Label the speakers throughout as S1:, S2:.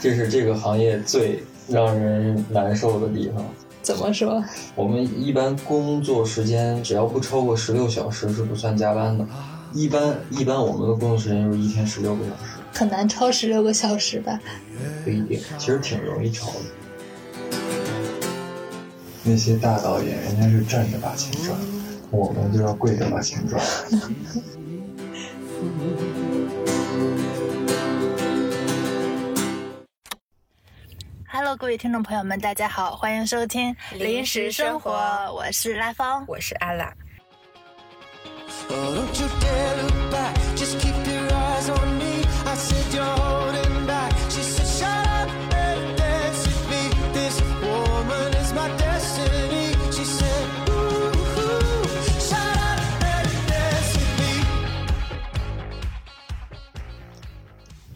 S1: 这是这个行业最让人难受的地方。
S2: 怎么说？
S1: 我们一般工作时间只要不超过十六小时是不算加班的。一般一般我们的工作时间就是一天十六个小时，
S2: 很难超十六个小时吧？
S1: 不一定，其实挺容易超的。
S3: 那些大导演人家是站着把钱赚，我们就要跪着把钱赚。
S2: Hello，各位听众朋友们，大家好，欢迎收听《临
S4: 临
S2: 时
S4: 时
S2: 生
S4: 生
S2: 活
S4: 活》，
S2: 我是拉芳。
S4: 我是阿拉，
S5: Oh, don't you dare look back. Just keep your eyes on me. I said you're holding back. She said, Shut up and dance with me. This woman is my destiny. She said, Ooh, ooh, shut up and dance with me.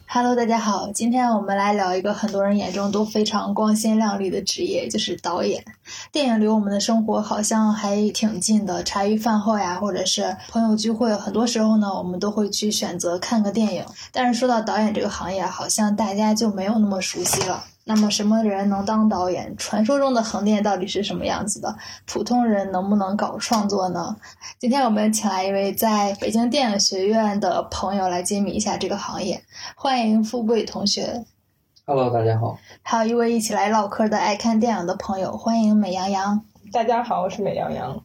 S2: Hello，大家好，今天我们来聊一个很多人眼中都非常光鲜亮丽的职业，就是导演。电影离我们的生活好像还挺近的，茶余饭后呀，或者是朋友聚会，很多时候呢，我们都会去选择看个电影。但是说到导演这个行业啊，好像大家就没有那么熟悉了。那么什么人能当导演？传说中的横店到底是什么样子的？普通人能不能搞创作呢？今天我们请来一位在北京电影学院的朋友来揭秘一下这个行业。欢迎富贵同学，
S1: Hello，大家好，
S2: 还有一位一起来唠嗑的爱看电影的朋友，欢迎美羊羊。
S6: 大家好，我是美羊羊。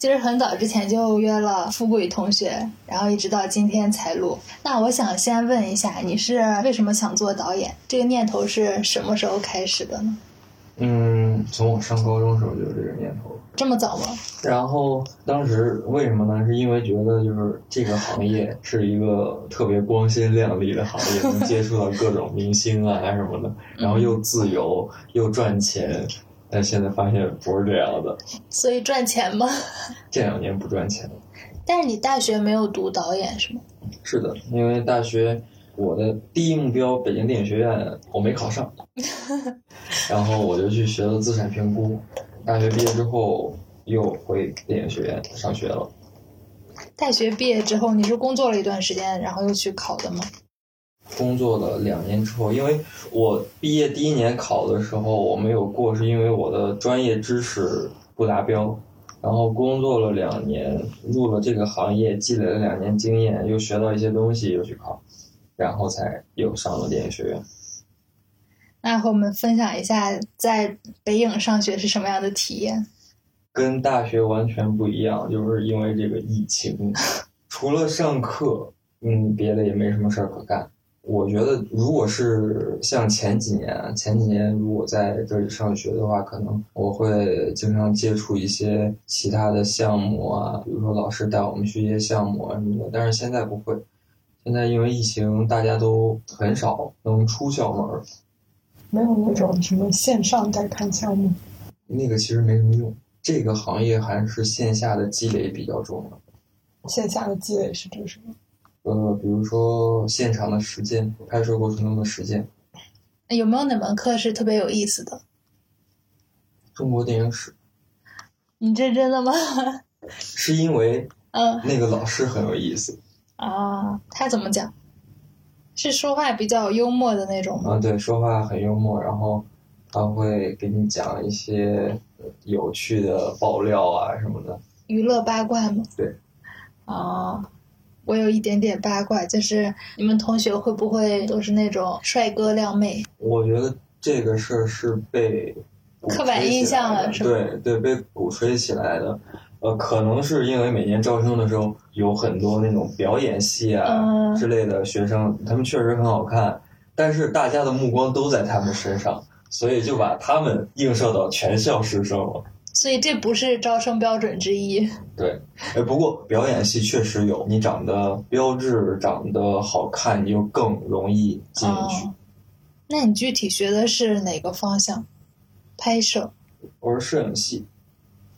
S2: 其实很早之前就约了富贵同学，然后一直到今天才录。那我想先问一下，你是为什么想做导演？这个念头是什么时候开始的呢？
S1: 嗯，从我上高中时候就有这个念头了。
S2: 这么早吗？
S1: 然后当时为什么呢？是因为觉得就是这个行业是一个特别光鲜亮丽的行业，能接触到各种明星啊什么的，然后又自由又赚钱。但现在发现不是这样的，
S2: 所以赚钱吗？
S1: 这两年不赚钱了。
S2: 但是你大学没有读导演是吗？
S1: 是的，因为大学我的第一目标北京电影学院我没考上，然后我就去学了资产评估。大学毕业之后又回电影学院上学了。
S2: 大学毕业之后，你是工作了一段时间，然后又去考的吗？
S1: 工作了两年之后，因为我毕业第一年考的时候我没有过，是因为我的专业知识不达标。然后工作了两年，入了这个行业，积累了两年经验，又学到一些东西，又去考，然后才又上了电影学院。
S2: 那和我们分享一下在北影上学是什么样的体验？
S1: 跟大学完全不一样，就是因为这个疫情，除了上课，嗯，别的也没什么事儿可干。我觉得，如果是像前几年啊，前几年如果在这里上学的话，可能我会经常接触一些其他的项目啊，比如说老师带我们去一些项目啊什么的。但是现在不会，现在因为疫情，大家都很少能出校门儿，
S6: 没有那种什么线上带看项目，
S1: 那个其实没什么用。这个行业还是线下的积累比较重要。
S6: 线下的积累是指什么？
S1: 呃，比如说现场的实践，拍摄过程中的实践，
S2: 有没有哪门课是特别有意思的？
S1: 中国电影史，
S2: 你这真的吗？
S1: 是因为
S2: 嗯
S1: 那个老师很有意思
S2: 啊，他怎么讲？是说话比较幽默的那种吗？
S1: 啊，对，说话很幽默，然后他会给你讲一些呃有趣的爆料啊什么的。
S2: 娱乐八卦吗？
S1: 对。
S2: 啊，我有一点点八卦，就是你们同学会不会都是那种帅哥靓妹？
S1: 我觉得这个事儿是被鼓
S2: 刻板
S1: 吹起
S2: 印象
S1: 来
S2: 了
S1: 的
S2: 是
S1: 对对，被鼓吹起来的。呃，可能是因为每年招生的时候有很多那种表演系啊
S2: 嗯
S1: 之类的学生，他们确实很好看，但是大家的目光都在他们身上，所以就把他们映射到全校师生了。
S2: 所以这不是招生标准之一。
S1: 对，哎，不过表演系确实有，你长得标致、长得好看，你就更容易进去。
S2: 哦，那你具体学的是哪个方向？拍摄。
S1: 我是摄影系，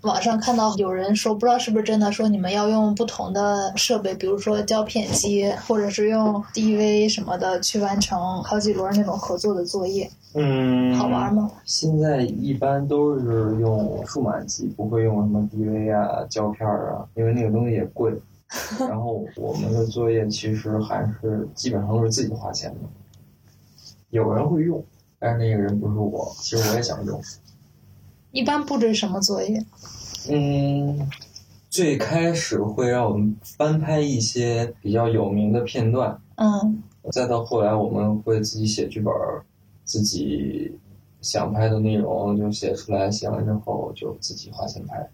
S2: 网上看到有人说，不知道是不是真的，说你们要用不同的设备，比如说胶片机，或者是用 DV 什么的去完成好几轮那种合作的作业，
S1: 嗯，
S2: 好玩吗？
S1: 现在一般都是用数码机，不会用什么 DV 啊、胶片儿啊，因为那个东西也贵。然后我们的作业其实还是基本上都是自己花钱的，有人会用，但是那个人不是我，其实我也想用。
S2: 一般布置什么作业？
S1: 嗯，最开始会让我们翻拍一些比较有名的片段，
S2: 嗯
S1: 再到后来我们会自己写剧本儿，自己想拍的内容就写出来，写完之后就自己花钱拍。，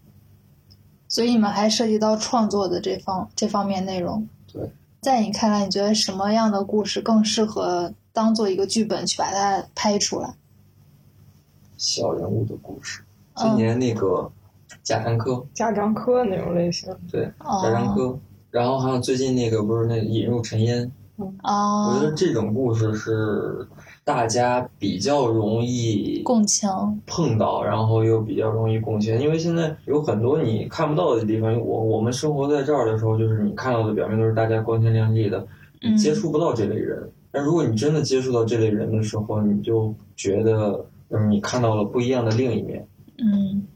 S2: 所以你们还涉及到创作的这方这方面内容。
S1: 对，
S2: 在你看来，你觉得什么样的故事更适合当做一个剧本去把它拍出来？
S1: 小人物的故事，今
S2: 嗯，
S1: 年那个贾樟柯，
S6: 家长科那种类型，
S1: 对
S2: 哦
S1: 贾樟柯，然后还有最近那个不是那引入尘烟，我觉得
S2: 哦，
S1: 这种故事是大家比较容易
S2: 共情，
S1: 碰到，然后又比较容易共情，因为现在有很多你看不到的地方。我我们生活在这儿的时候，就是你看到的表面都是大家光鲜亮丽的，
S2: 嗯
S1: 你接触不到这类人。但如果你真的接触到这类人的时候，你就觉得，嗯，你看到了不一样的另一面。
S2: 嗯，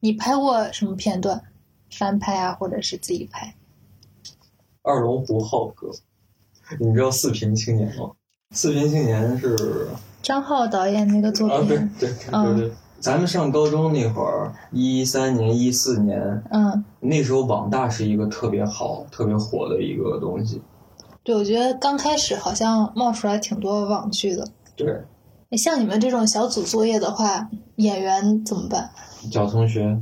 S2: 你拍过什么片段？翻拍啊，或者是自己拍？
S1: 二龙湖浩哥，你知道四平青年吗？四平青年是
S2: 张浩导演那个作
S1: 啊，对
S2: 品，
S1: 对对对对，咱们上高中那会儿，一三年、一四年，
S2: 嗯，
S1: 那时候网大是一个特别好、特别火的一个东西。
S2: 对，我觉得刚开始好像冒出来挺多网剧的。
S1: 对，
S2: 诶像你们这种小组作业的话，演员怎么办？
S1: 找同学，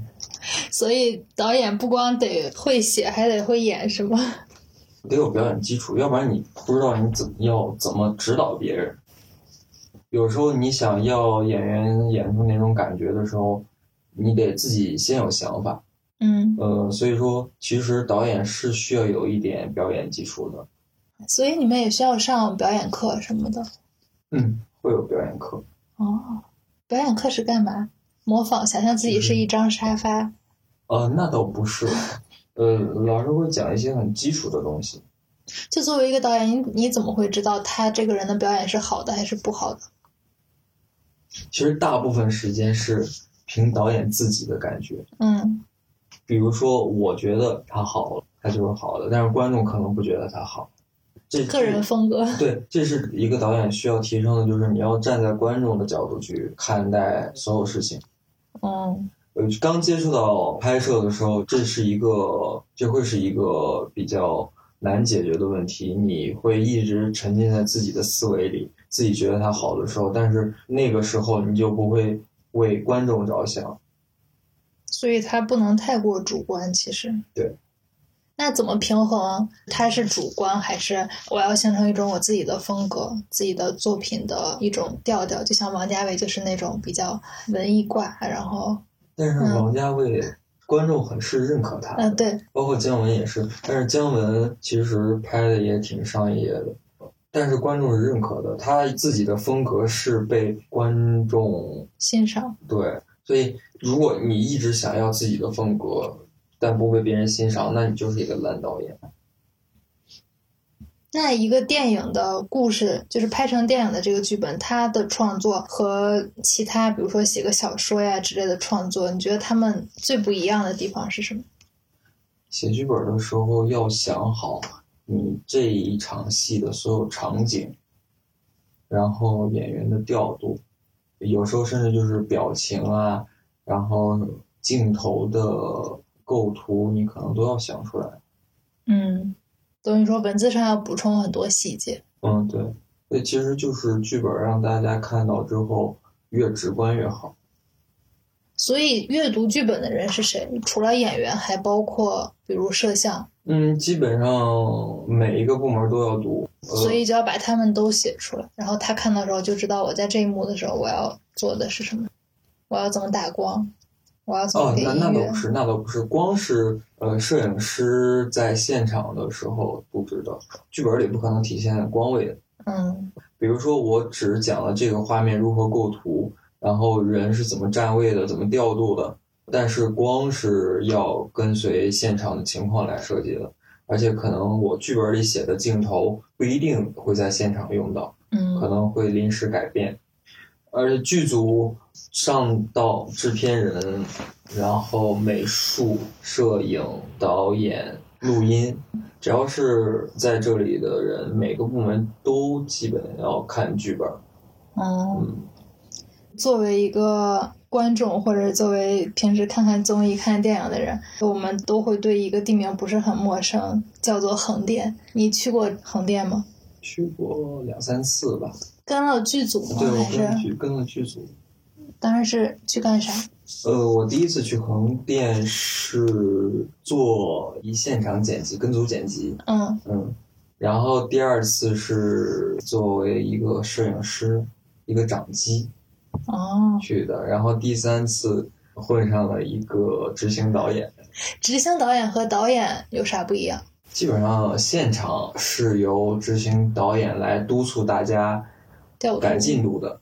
S2: 所以导演不光得会写，还得会演，是吗？
S1: 得有表演基础，要不然你不知道你怎么要怎么指导别人。有时候你想要演员演出那种感觉的时候，你得自己先有想法。
S2: 嗯，
S1: 呃，所以说其实导演是需要有一点表演基础的。
S2: 所以你们也需要上表演课什么的。
S1: 嗯，会有表演课，
S2: 哦，表演课是干嘛？模仿，想象自己是一张沙发。
S1: 呃，那倒不是，呃，老师会讲一些很基础的东西。
S2: 就作为一个导演，你你怎么会知道他这个人的表演是好的还是不好的？
S1: 其实大部分时间是凭导演自己的感觉。
S2: 嗯
S1: 比如说，我觉得他好了，他就是好的，但是观众可能不觉得他好。这
S2: 个人风格。
S1: 对，这嗯是一个导演需要提升的，就是你要站在观众的角度去看待所有事情。
S2: 嗯
S1: 呃，刚接触到拍摄的时候，这是一个，这会是一个比较难解决的问题。你会一直沉浸在自己的思维里，自己觉得他好的时候，但是那个时候你就不会为观众着想。
S2: 所以他不能太过主观，其实。
S1: 对。
S2: 那怎么平衡？他是主观，还是我要形成一种我自己的风格、自己的作品的一种调调？就像王家卫就是那种比较文艺挂，然后，
S1: 但是
S2: 嗯
S1: 王家卫，观众很是认可他的。
S2: 嗯，对，
S1: 包括姜文也是，但是姜文其实拍的也挺商业的，但是观众是认可的，他自己的风格是被观众
S2: 欣赏，
S1: 对，所以如果你一直想要自己的风格，但不被别人欣赏，那你就是一个烂导演。
S2: 那一个电影的故事，就是拍成电影的这个剧本，它的创作和其他，比如说写个小说呀之类的创作，你觉得他们最不一样的地方是什么？
S1: 写剧本的时候要想好你这一场戏的所有场景，然后演员的调度，有时候甚至就是表情啊，然后镜头的构图，你可能都要想出来。
S2: 嗯，等于说文字上要补充很多细节。
S1: 嗯，对，所以其实就是剧本让大家看到之后越直观越好。
S2: 所以阅读剧本的人是谁？除了演员，还包括比如摄像，
S1: 嗯，基本上每一个部门都要读，呃、
S2: 所以就要把他们都写出来，然后他看到的时候就知道我在这一幕的时候我要做的是什么，我要怎么打光，我要怎么
S1: 哦，
S2: 给
S1: 那
S2: 音
S1: 那
S2: 乐
S1: 倒不。是，那倒不是，光是呃，摄影师在现场的时候布置的，剧本里不可能体现光位的。
S2: 嗯
S1: 比如说，我只讲了这个画面如何构图，然后人是怎么站位的，怎么调度的，但是光是要跟随现场的情况来设计的，而且可能我剧本里写的镜头不一定会在现场用到。可
S2: 嗯
S1: 能会临时改变。而剧组上到制片人，然后美术、摄影、导演、录音，只要是在这里的人，每个部门都基本要看剧本。
S2: 嗯
S1: 嗯，
S2: 作为一个观众，或者作为平时看看综艺、看电影的人，我们都会对一个地名不是很陌生，叫做横店。你去过横店吗？
S1: 去过两三次吧。
S2: 跟了剧组吗？
S1: 对，我
S2: 还
S1: 跟了
S2: 哦是啊
S1: 剧跟了剧组。
S2: 当时是去干啥？
S1: 呃，我第一次去横店是做一现场剪辑，跟组剪辑，
S2: 嗯
S1: 嗯，然后第二次是作为一个摄影师，一个掌机
S2: 哦，
S1: 去的，然后第三次混上了一个执行导演。
S2: 执行导演和导演有啥不一样？
S1: 基本上现场是由执行导演来督促大家
S2: 调度
S1: 改进度的。
S2: 嗯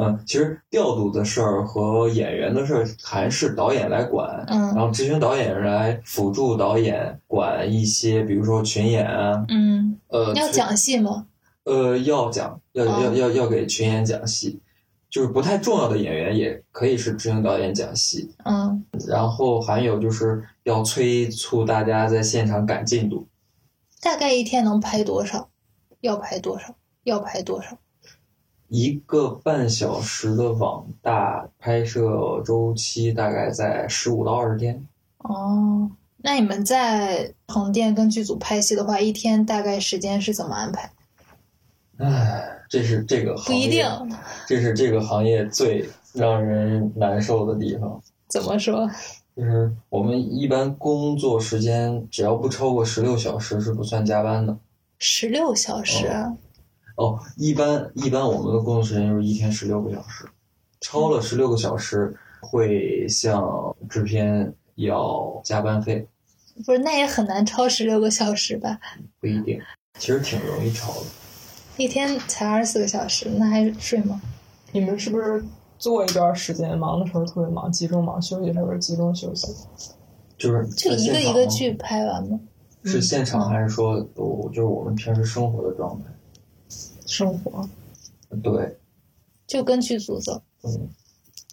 S1: 嗯，其实调度的事儿和演员的事儿还是导演来管，
S2: 嗯
S1: 然后执行导演来辅助导演管一些，比如说群演啊，
S2: 嗯，
S1: 呃，
S2: 要
S1: 群
S2: 讲戏吗？
S1: 呃要讲要
S2: 哦
S1: 要要要给群演讲戏，就是不太重要的演员也可以是执行导演讲戏，
S2: 嗯
S1: 然后还有就是要催促大家在现场赶进度。
S2: 大概一天能拍多少？要拍多少？要拍多少？
S1: 一个半小时的网大拍摄周期大概在十五到二十天，
S2: 哦，那你们在横店跟剧组拍戏的话，一天大概时间是怎么安排？
S1: 唉，这是这个
S2: 不
S1: 行业
S2: 一定，
S1: 这是这个行业最让人难受的地方。
S2: 怎么说？
S1: 就是我们一般工作时间只要不超过十六小时是不算加班的。
S2: 十六小时，啊
S1: 哦，一般一般我们的工作时间就是一天十六个小时，超了十六个小时会向制片要加班费，
S2: 不是那也很难超十六个小时吧？
S1: 不一定，其实挺容易超的。
S2: 一天才二十四个小时，那还睡吗？
S6: 你们是不是做一段时间，忙的时候特别忙，集中忙；休息的时候集中休息。
S1: 就是
S2: 就
S1: 在
S2: 一个
S1: 现
S2: 一
S1: 场
S2: 个
S1: 吗
S2: 剧嗯拍完吗？
S1: 是现场还是说我就是我们平时生活的状态？
S6: 生活
S1: 对，
S2: 就跟剧组走。
S1: 嗯，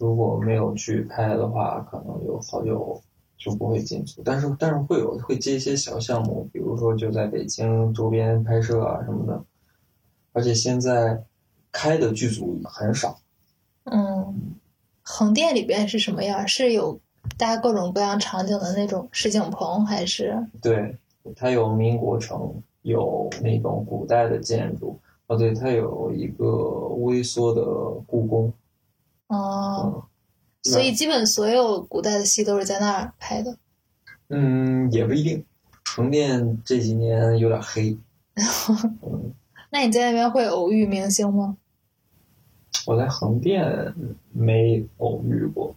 S1: 如果没有去拍的话，可能有好久就不会进组，但是但是会有会接一些小项目，比如说就在北京周边拍摄啊什么的，而且现在开的剧组很少，
S2: 嗯，横店里边是什么样？是有大家各种各样场景的那种实景棚，还是
S1: 对，它有民国城，有那种古代的建筑，哦对，它有一个微缩的故宫，
S2: 哦、
S1: 嗯。
S2: 所以基本所有古代的戏都是在那儿拍的。
S1: 嗯，也不一定。横店这几年有点黑，
S2: 那你在那边会偶遇明星吗？
S1: 我在横店没偶遇过。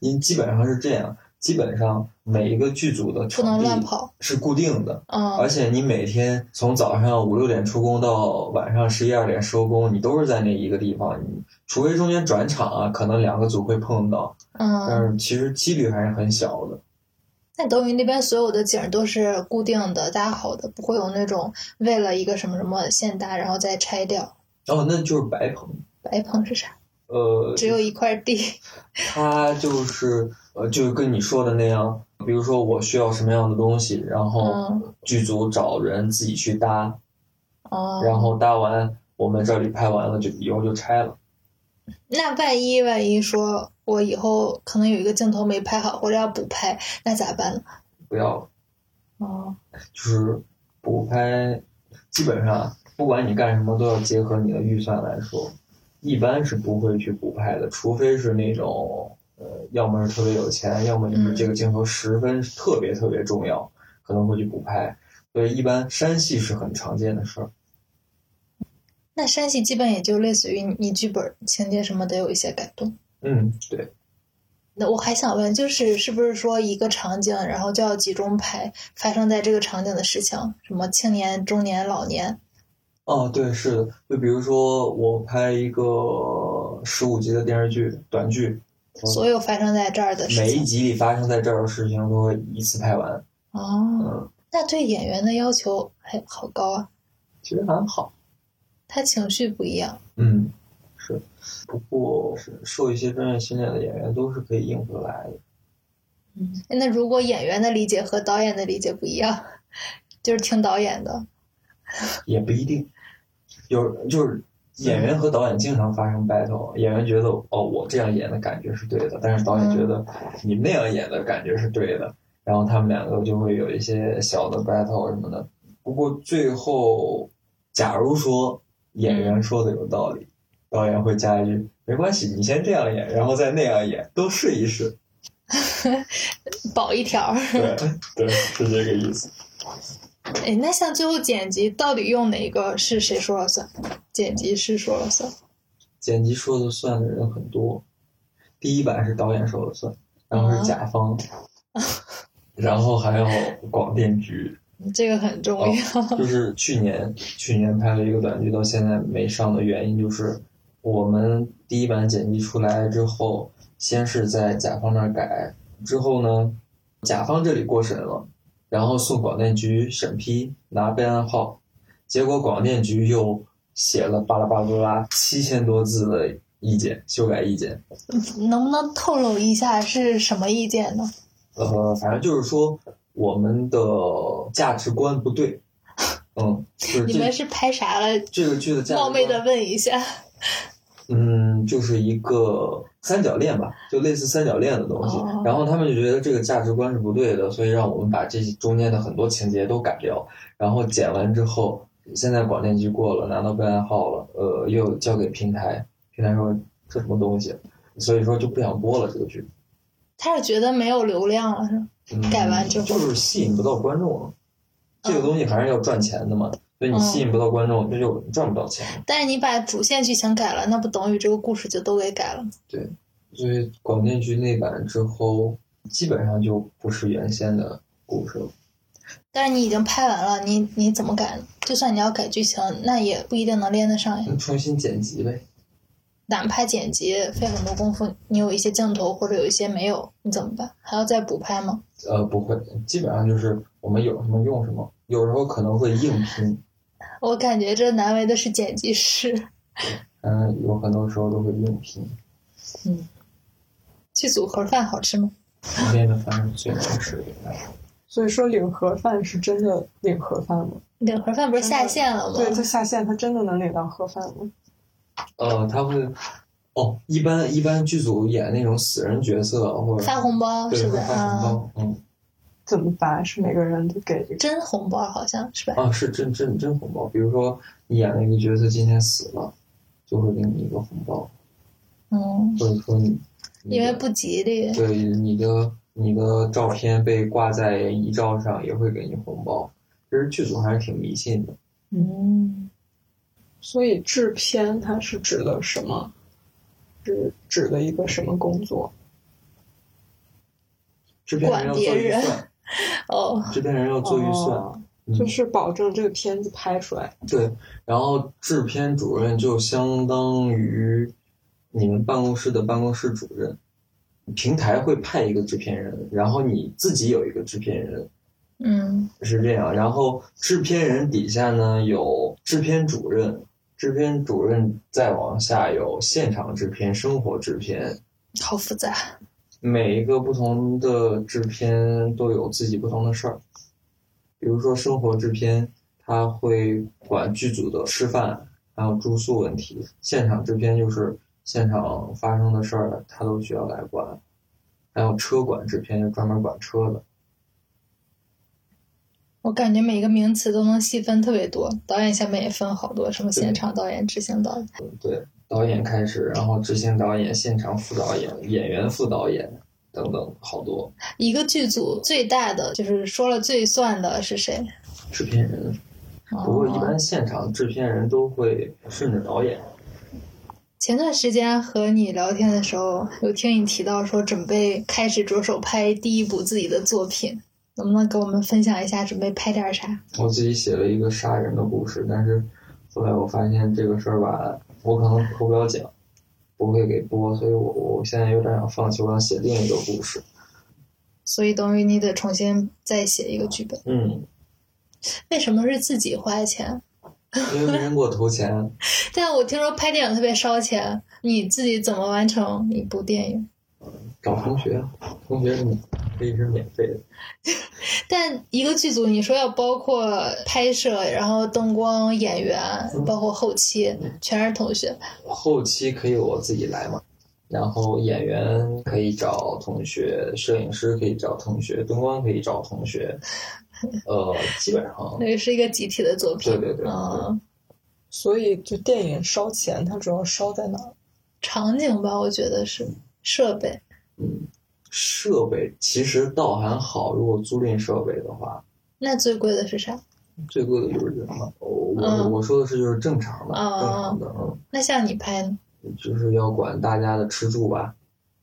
S1: 因为基本上是这样，基本上每一个剧组的
S2: 不能
S1: 场
S2: 乱
S1: 地
S2: 跑。
S1: 是固定的，而
S2: 嗯，
S1: 且你每天从早上五六点出工到晚上十一二点收工，你都是在那一个地方，你除非中间转场啊，可能两个组会碰到，但
S2: 嗯，
S1: 是其实几率还是很小的。
S2: 那等于那边所有的景儿都是固定的、搭好的，不会有那种为了一个什么什么现搭，然后再拆掉。
S1: 哦，那就是白棚，
S2: 白棚是啥？
S1: 呃，
S2: 只有一块地。
S1: 他就是呃，就跟你说的那样，比如说我需要什么样的东西，然后
S2: 嗯
S1: 剧组找人自己去搭，
S2: 哦、
S1: 然后搭完我们这里拍完了，就以后就拆了。
S2: 那万一万一说我以后可能有一个镜头没拍好，或者要补拍，那咋办呢？
S1: 不要
S2: 哦，
S1: 就是补拍，基本上不管你干什么都要结合你的预算来说，一般是不会去补拍的，除非是那种呃，要么是特别有钱，要么就是这个镜头十分特别特别重要，可能会去补拍。所以一般山戏是很常见的事儿。
S2: 那山戏基本也就类似于你你剧本情节什么得有一些改动。
S1: 嗯，对，
S2: 那我还想问，就是是不是说一个场景，然后就要集中拍发生在这个场景的事情，什么青年、中年、老年？
S1: 哦，对，是的，就比如说我拍一个十五集的电视剧短剧，
S2: 所有发生在这儿的事
S1: 每一
S2: 情。
S1: 集里发生在这儿的事情都会一次拍完，
S2: 哦，那对演员的要求还好高啊，
S1: 其实还好。
S2: 他情绪不一样。
S1: 嗯，是，不过是受一些专业训练的演员都是可以应付得来的。
S2: 那如果演员的理解和导演的理解不一样， 就是听导演的，
S1: 也不一定，有就是演员和导演经常发生 battle，演员觉得哦我这样演的感觉是对的，但是导演觉得你那样演的感觉是对的，然后他们两个就会有一些小的 battle 什么的。不过最后，假如说演员说的有道理，导演会加一句没关系，你先这样演，然后再那样演，都试一试。
S2: 保一条。
S1: 对 对，是这个意思。
S2: 哎，那像最后剪辑到底用哪个是谁说了算？剪辑是说了算。
S1: 剪辑说的算的人很多，第一版是导演说了算，然后是甲方，然后还有广电局。
S2: 嗯这个很重要。
S1: 哦就是去年，去年拍了一个短剧，到现在没上的原因就是，我们第一版剪辑出来之后，先是在甲方那儿改，之后呢，甲方这里过审了，然后送广电局审批拿备案号，结果广电局又写了巴拉巴拉巴拉七千多字的意见修改意见，
S2: 能不能透露一下是什么意见呢？
S1: 呃，反正就是说我们的价值观不对，嗯，就是
S2: 你们
S1: 这
S2: 是拍啥了？
S1: 这个剧的价值观
S2: 冒昧的问一下。
S1: 嗯，就是一个三角恋吧，就类似三角恋的东西。
S2: 哦
S1: 然后他们就觉得这个价值观是不对的，所以让我们把这些中间的很多情节都改掉。然后剪完之后，现在广电局过了，拿到备案号了，呃，又交给平台，平台说这什么东西，所以说就不想播了这个剧。
S2: 他是觉得没有流量了，是吗？
S1: 嗯
S2: 改完之后
S1: 就是吸引不到观众了，这个东西还是要赚钱的嘛，所以你
S2: 嗯
S1: 吸引不到观众，这就赚不到钱。
S2: 但是你把主线剧情改了，那不等于这个故事就都给改了吗？
S1: 所以广电局那版之后，基本上就不是原先的故事了。
S2: 但是你已经拍完了，你你怎么改呢？就算你要改剧情，那也不一定能连得上呀。
S1: 嗯重新剪辑呗，
S2: 哪怕剪辑费很多功夫，你有一些镜头或者有一些没有，你怎么办？还要再补拍吗？
S1: 呃，不会，基本上就是我们有什么用什么，有时候可能会硬拼，
S2: 我感觉这难为的是剪辑师。
S1: 嗯，有很多时候都会硬拼。
S2: 去组合饭好吃吗？
S1: 今天的饭是最难吃的，
S6: 所以说领盒饭是真的领盒饭吗？
S2: 领盒饭不是下线了吗？
S6: 对，他下线他真的能领到盒饭吗？
S1: 呃，他会，哦，一般一般剧组演那种死人角色或者
S2: 发红包
S1: 对
S2: 是
S1: 会
S2: 吧？
S1: 发
S2: 啊，
S1: 红包，嗯，
S6: 怎么发？是每个人都给一个？
S2: 真红包好像是吧？
S1: 啊是真真真红包，比如说你演了一个角色今天死了，就会给你一个红包，
S2: 嗯，
S1: 或者说你你
S2: 因为
S1: 的
S2: 不吉利。
S1: 对，你的你的照片被挂在遗照上，也会给你红包。其实剧组还是挺迷信的，
S2: 嗯，
S6: 所以制片它是指的什么？是指的一个什么工作？
S1: 制片人要做预
S2: 管别
S1: 算，
S2: 哦，
S1: 制片人要做预算，
S6: 哦
S1: 嗯
S6: 就是保证这个片子拍出来。
S1: 对。然后制片主任就相当于你们办公室的办公室主任，平台会派一个制片人，然后你自己有一个制片人，
S2: 嗯，
S1: 是这样，然后制片人底下呢有制片主任，制片主任再往下有现场制片、生活制片，
S2: 好复杂。
S1: 每一个不同的制片都有自己不同的事儿。比如说生活制片，他会管剧组的吃饭还有住宿问题；现场制片就是现场发生的事儿，他都需要来管。还有车管制片，就专门管车的。
S2: 我感觉每个名词都能细分特别多，导演下面也分好多，什么现场导演、执行导演。
S1: 对，导演开始，然后执行导演、现场副导演、演员副导演等等，好多
S2: 一个剧组最大的就是说了最算的是谁？
S1: 制片人。不
S2: 哦
S1: 过一般现场制片人都会顺着导演。
S2: 前段时间和你聊天的时候，有听你提到说准备开始着手拍第一部自己的作品，能不能给我们分享一下准备拍点啥？
S1: 我自己写了一个杀人的故事，但是后来我发现这个事儿吧，我可能口不了讲，不会给播，所以我我现在有点想放弃，我想写另一个故事。
S2: 所以等于你得重新再写一个剧本。
S1: 嗯，
S2: 为什么是自己花钱？
S1: 因为没人给我投钱，
S2: 但我听说拍电影特别烧钱，你自己怎么完成一部电影？
S1: 找同学，同学是你可以是免费的。
S2: 但一个剧组，你说要包括拍摄，然后灯光、演员，
S1: 嗯
S2: 包括后期，全是同学。
S1: 后期可以我自己来嘛，然后演员可以找同学，摄影师可以找同学，灯光可以找同 学，呃，基本上
S2: 那个是一个集体的作品，
S1: 对对对
S2: 嗯，
S6: 所以就电影烧钱，它主要烧在哪儿？
S2: 场景吧，我觉得是设备，
S1: 设备其实倒还好。如果租赁设备的话，
S2: 那最贵的是啥？
S1: 最贵的就是人嘛。我我
S2: 嗯
S1: 我说的是就是正常的，
S2: 嗯
S1: 正常的，嗯，
S2: 那像你拍呢？
S1: 就是要管大家的吃住吧。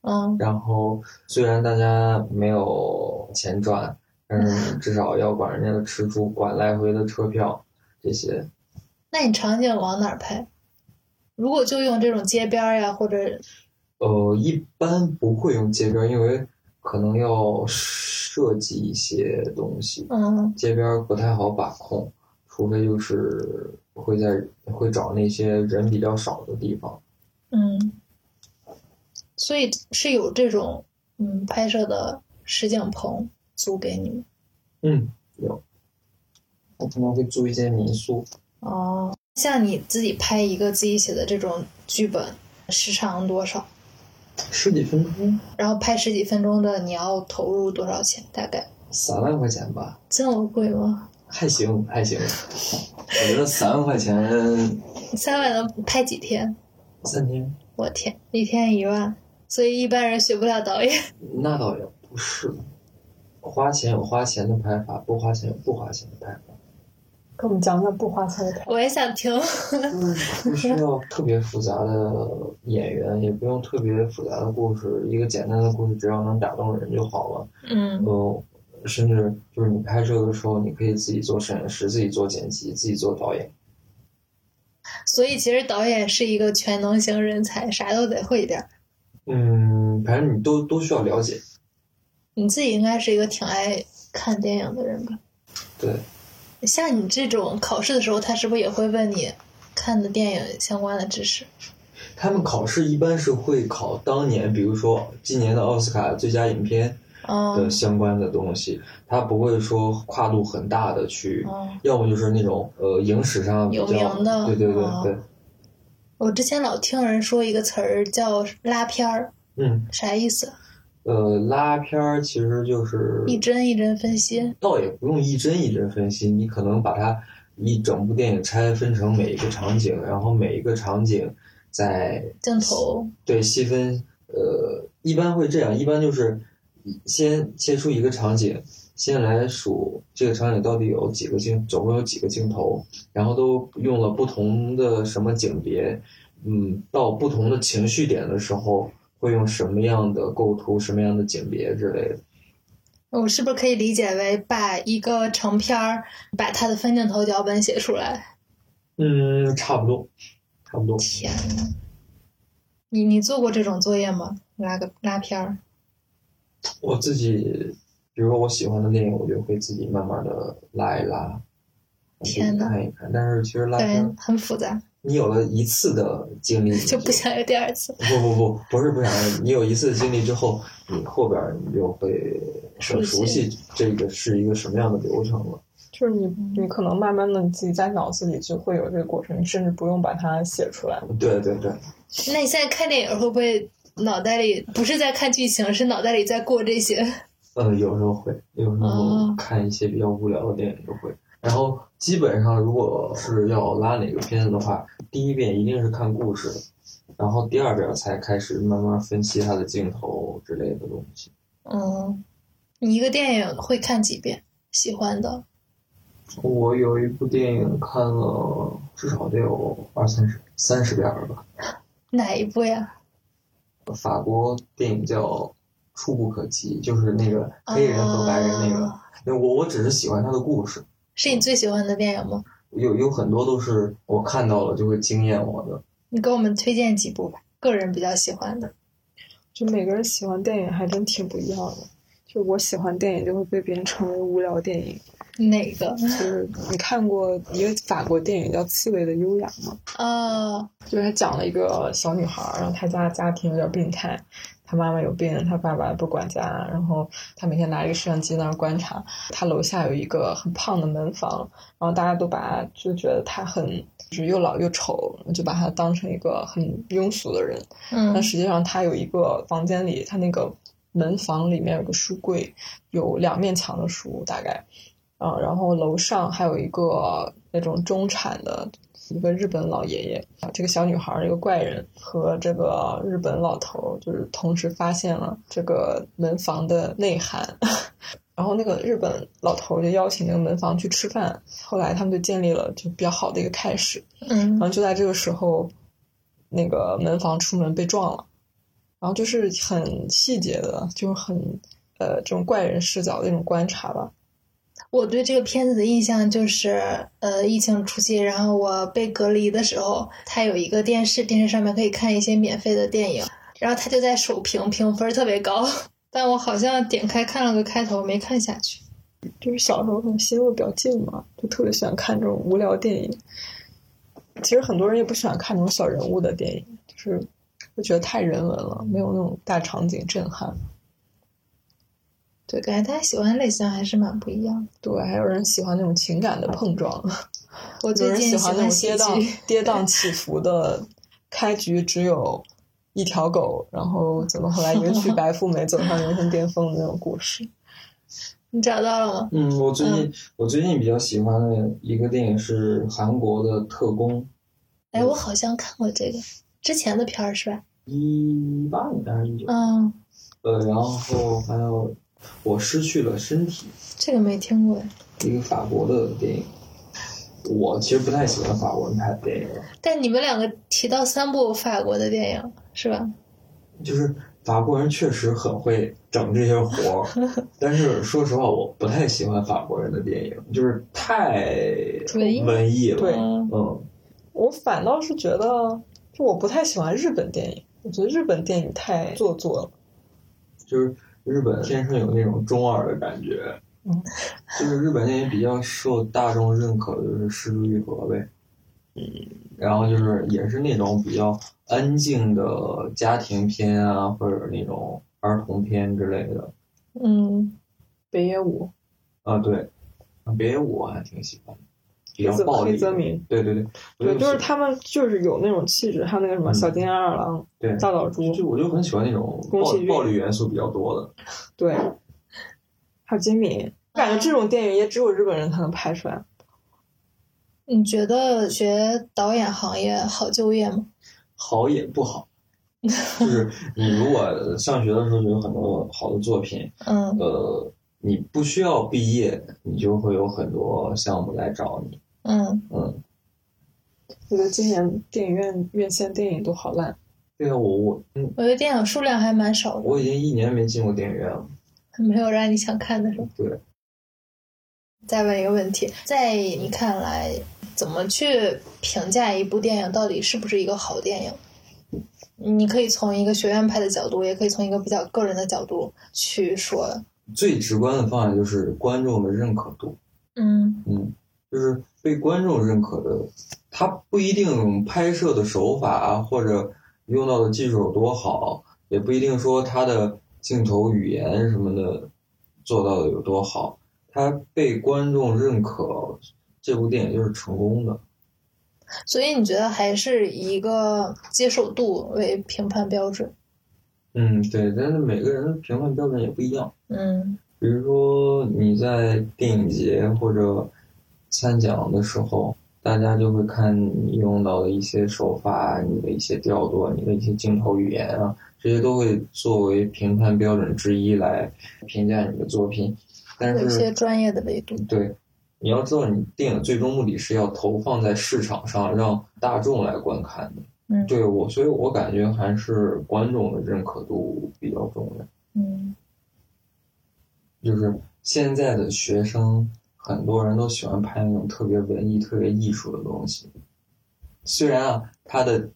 S2: 嗯，
S1: 然后虽然大家没有钱赚，但 是至少要管人家的吃住，管来回的车票这些。
S2: 那你场景往哪儿拍？如果就用这种街边儿呀，或者
S1: 呃，一般不会用街边儿，因为可能要设计一些东西，
S2: 嗯
S1: 街边儿不太好把控，除非就是会在会找那些人比较少的地方。
S2: 嗯，所以是有这种嗯拍摄的实景棚租给你们
S1: 嗯，有，我可能会租一些民宿。
S2: 哦，像你自己拍一个自己写的这种剧本，时长多少？
S1: 十几分钟，
S2: 然后拍十几分钟的，你要投入多少钱？大概
S1: 三万块钱吧，
S2: 这么贵吗？
S1: 还行还行。我觉得三万块钱
S2: 三万能拍几天？
S1: 三天，
S2: 我天，一天一万，所以一般人学不了导演。
S1: 那倒也不是。花钱有花钱的拍法，不花钱有不花钱的拍法。
S6: 给我们讲讲不花钱的拍。
S2: 我也想听，嗯
S1: 不 需要特别复杂的演员，也不用特别复杂的故事，一个简单的故事只要能打动人就好了。
S2: 嗯
S1: 嗯，甚至就是你拍摄的时候，你可以自己做摄影师，自己做剪辑，自己做导演。
S2: 所以其实导演是一个全能型人才，啥都得会点儿。
S1: 嗯，反正你都都需要了解。
S2: 你自己应该是一个挺爱看电影的人吧？
S1: 对，
S2: 像你这种考试的时候，他是不是也会问你看的电影相关的知识？
S1: 他们考试一般是会考当年，比如说今年的奥斯卡最佳影片的
S2: 嗯
S1: 相关的东西，他不会说跨度很大的去，
S2: 嗯，
S1: 要么就是那种呃影史上比
S2: 有
S1: 较
S2: 名的
S1: 对对对
S2: 嗯
S1: 对，
S2: 我之前老听人说一个词儿叫“拉片儿
S1: 嗯。”，
S2: 啥意思？
S1: 呃，拉片儿其实就是，
S2: 一帧一帧分析。
S1: 倒也不用一帧一帧分析，你可能把它一整部电影拆分成每一个场景，然后每一个场景再
S2: 镜头，
S1: 对细分，呃，一般会这样，一般就是先切出一个场景，先来数这个场景到底有几个镜，总共有几个镜头，然后都用了不同的什么景别，嗯，到不同的情绪点的时候，会用什么样的构图、什么样的景别之类的。
S2: 我是不是可以理解为把一个成片儿，把它的分镜头脚本写出来？
S1: 嗯，差不多，差不多。
S2: 天呐，你你做过这种作业吗？拉个拉片儿，
S1: 我自己，比如说我喜欢的电影，我就会自己慢慢的拉一拉，自己
S2: 天呐
S1: 看一看。但是其实拉
S2: 感
S1: 片
S2: 觉
S1: 儿，
S2: 很复杂，
S1: 你有了一次的经历，你
S2: 就不想有第二次。
S1: 不不不不是不想，你有一次的经历之后，你后边儿你就会很
S2: 熟
S1: 熟
S2: 悉
S1: 悉这个是一个什么样的流程了。
S6: 就是你，你可能慢慢的你自己在脑子里就会有这个过程，你甚至不用把它写出来。
S1: 对对对，
S2: 那你现在看电影会不会脑袋里不是在看剧情，是脑袋里在过这些？
S1: 嗯，有时候会，有时候
S2: 哦
S1: 看一些比较无聊的电影就会。然后基本上，如果是要拉哪个片子的话，第一遍一定是看故事的，然后第二遍才开始慢慢分析它的镜头之类的东西。
S2: 嗯，你一个电影会看几遍？喜欢的，
S1: 我有一部电影看了至少得有二三十、三十遍了吧。
S2: 哪一部呀？
S1: 法国电影叫《触不可及》，就是那个黑人和白人那个
S2: 啊。
S1: 那我我只是喜欢他的故事，
S2: 是你最喜欢的电影吗？
S1: 有有很多都是我看到了就会惊艳我的。
S2: 你给我们推荐几部吧，个人比较喜欢的。
S6: 就每个人喜欢电影还真挺不一样的。就我喜欢电影，就会被别人称为无聊电影。
S2: 哪个？
S6: 就是你看过一个法国电影叫《刺猬的优雅》吗？
S2: 哦，
S6: 就是他讲了一个小女孩儿，然后她家家庭有点病态，他妈妈有病，他爸爸不管家，然后他每天拿着个摄像机那儿观察。他楼下有一个很胖的门房，然后大家都把就觉得他很就是又老又丑，就把他当成一个很庸俗的人。但
S2: 嗯
S6: 实际上他有一个房间里，他那个门房里面有个书柜，有两面墙的书大概，啊，然后楼上还有一个那种中产的一个日本老爷爷，啊，这个小女孩儿一个怪人和这个日本老头儿就是同时发现了这个门房的内涵。 然后那个日本老头儿就邀请那个门房去吃饭，后来他们就建立了就比较好的一个开始。然
S2: 嗯
S6: 后就在这个时候，那个门房出门被撞了，然后就是很细节的，就是很呃这种怪人视角的那种观察吧。
S2: 我对这个片子的印象就是，呃，疫情初期，然后我被隔离的时候，它有一个电视，电视上面可以看一些免费的电影，然后它就在首屏，评分特别高， 但我好像点开看了个开头，没看下去。
S6: 就是小时候可能吸入比较近嘛，就特别喜欢看这种无聊电影。其实很多人也不喜欢看那种小人物的电影，就是会觉得太人文了，没有那种大场景震撼。
S2: 对，感觉大家喜欢的类型还是蛮不一样的。
S6: 对，还有人喜欢那种情感的碰撞。
S2: 我
S6: 有
S2: 最
S6: 人
S2: 近
S6: 喜
S2: 喜
S6: 欢那种
S2: 喜
S6: 跌
S2: 剧，
S6: 宕跌宕起伏的，开局只有一条狗，然后怎么后来迎娶白富美，走上人生巅峰的那种故事。
S2: 你找到了吗？
S1: 嗯，我最近、
S2: 嗯
S1: 我最近比较喜欢的一个电影是韩国的《特工》，
S2: 哎，
S6: 嗯
S2: 我好像看过这个之前的片儿是吧？
S1: 一八年还是一九？
S2: 嗯，
S1: 呃，然后还有《我失去了身体
S2: 这个没听过哎。》，
S1: 一个法国的电影。我其实不太喜欢法国人拍的电影，
S2: 但你们两个提到三部法国的电影是吧？
S1: 就是法国人确实很会整这些活儿， 但是说实话，我不太喜欢法国人的电影，就是太
S2: 文艺
S1: 文艺了。
S6: 对
S2: 嗯
S1: 嗯，
S6: 我反倒是觉得，就我不太喜欢日本电影，我觉得日本电影太做作了。
S1: 就是日本天生有那种中二的感觉。
S6: 嗯，
S1: 就是日本电影比较受大众认可，就是《失之愈合》呗。嗯，然后就是也是那种比较安静的家庭片啊，或者那种儿童片之类的。
S6: 嗯，北野武、
S1: 啊，对，别野武我还挺喜欢的，比较
S6: 黑泽
S1: 暴力
S6: 黑。泽明，
S1: 对对对，我
S6: 对，就是
S1: 喜
S6: 他们就是有那种气质，还有那个什么
S1: 嗯
S6: 小津安二郎、
S1: 对，
S6: 大岛渚，
S1: 就我就很喜欢那种
S6: 宫
S1: 暴
S6: 崎骏
S1: 暴力元素比较多的。
S6: 对，还有金
S2: 啊
S6: 敏。我感觉这种电影也只有日本人才能拍出来。
S2: 你觉得学导演行业好就业吗？
S1: 好也不好，就是你如果上学的时候就有很多好的作品，
S2: 嗯
S1: 呃，你不需要毕业，你就会有很多项目来找你。
S2: 嗯，
S1: 嗯，
S6: 我觉得今年电影院院线电影都好烂，
S1: 对啊，我我嗯，
S2: 我觉得电影数量还蛮少的，
S1: 我已经一年没进过电影院了。
S2: 没有让你想看的是吧？
S1: 对，
S2: 再问一个问题，在你看来，怎么去评价一部电影到底是不是一个好电影？你可以从一个学院派的角度，也可以从一个比较个人的角度去说。
S1: 最直观的方法就是观众的认可度，
S2: 嗯
S1: 嗯，就是被观众认可的，他不一定拍摄的手法啊或者用到的技术有多好，也不一定说他的镜头语言什么的做到的有多好，他被观众认可，这部电影就是成功的。
S2: 所以你觉得还是以一个接受度为评判标准？
S1: 嗯，对，但是每个人的评判标准也不一样。
S2: 嗯
S1: 比如说你在电影节或者参奖的时候，大家就会看你用到的一些手法、你的一些调度、你的一些镜头语言啊，这些都会作为评判标准之一来评价你的作品。但
S2: 有一些
S1: 是，
S2: 专业的维度。
S1: 对，你要知道，你电影最终目的是要投放在市场上，让大众来观看的。
S2: 嗯
S1: 对我，所以我感觉还是观众的认可度比较重要。
S2: 嗯
S1: 就是现在的学生，很多人都喜欢拍那种特别文艺、特别艺术的东西。虽然啊，他的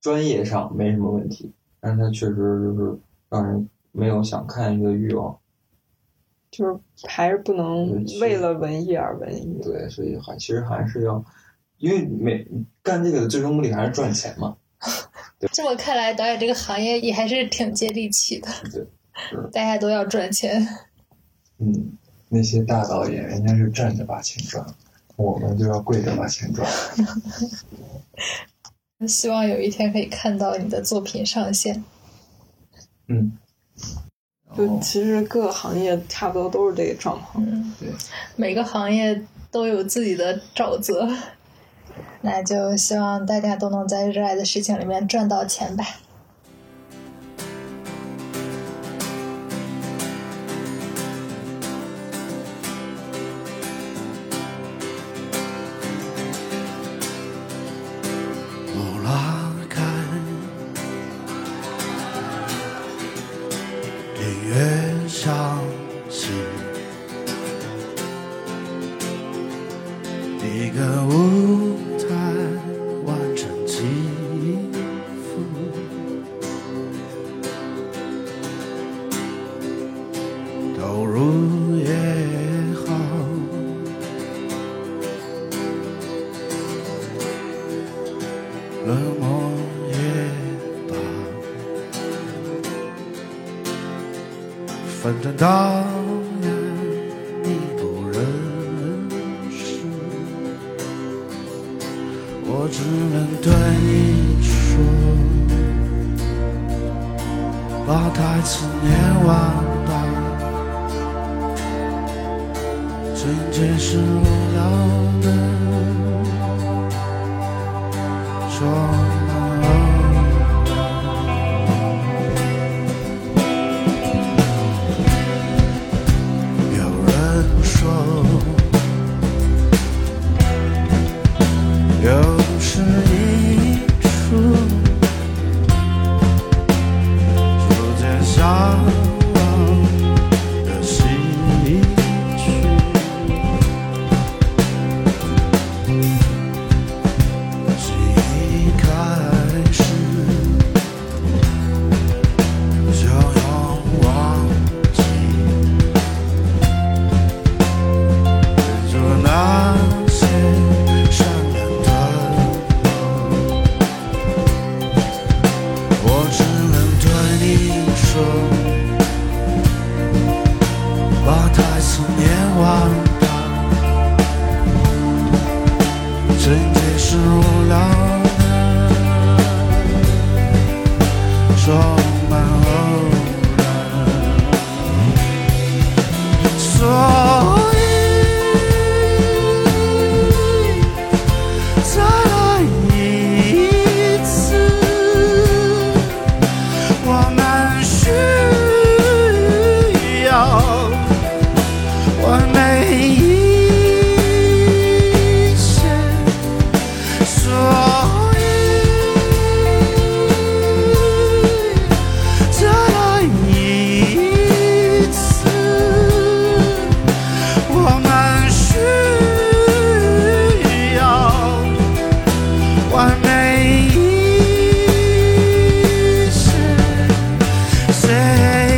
S1: 专业上没什么问题，但是他确实就是让人没有想看的欲望。
S6: 就是还是不能
S1: 嗯是
S6: 为了文艺而文艺。
S1: 对，所以还其实还是要，因为每干这个的最终目的还是赚钱嘛。
S2: 这么看来，导演这个行业也还是挺接地气的。
S1: 对是
S2: 大家都要赚钱。
S3: 嗯，那些大导演人家是站着把钱赚，我们就要跪着把钱赚。
S2: 希望有一天可以看到你的作品上线。
S1: 嗯，哦
S3: 然
S6: 就
S3: 后
S6: 其实各个行业差不多都是这个状况。
S2: 每个行业都有自己的沼泽，那就希望大家都能在热爱的事情里面赚到钱吧。
S5: 我拉开音乐响起，一个舞台完成起伏，投入也好。冷漠也罢，反正当然你不认识，我只能对你说，把台词念完吧，情节是无聊的。说有人说，又是一出，逐渐向往的西去。记忆开始，就要忘记，对着那些善良的梦，我只能对你说，把台词念完吧。情节是无聊的，充满偶然，所以再来一次，我们需要。完美一些，所以再来一次，我们需要完美一些。Say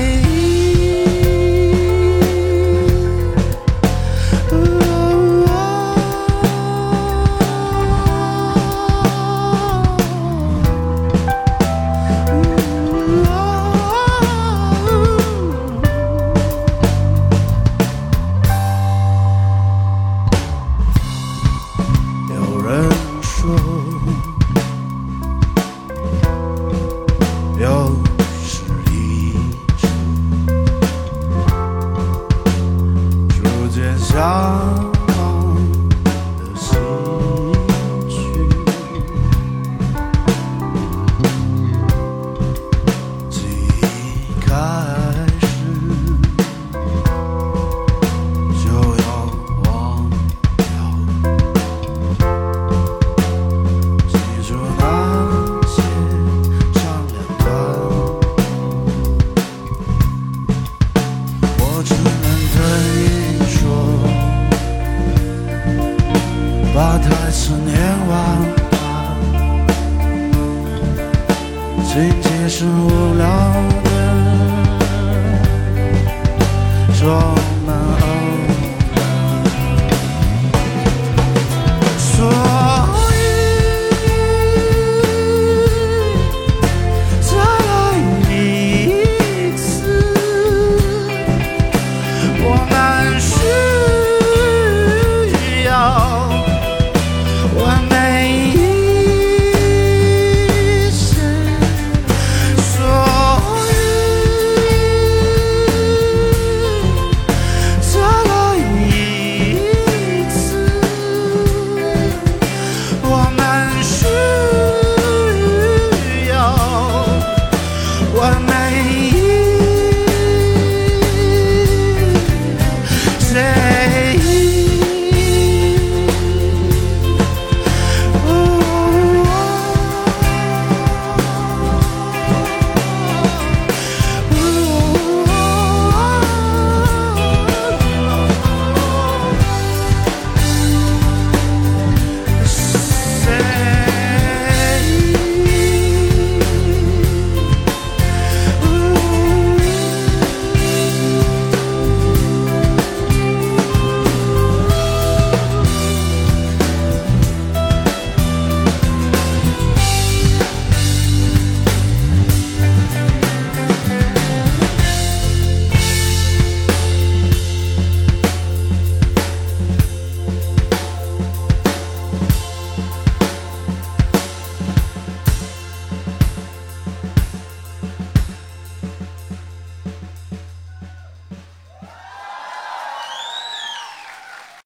S5: 有人说，又是一只逐渐向往的心曲，记忆开始就要忘掉。记住那些善良的我只能对你说，把台词念完吧，情节是无聊的，说。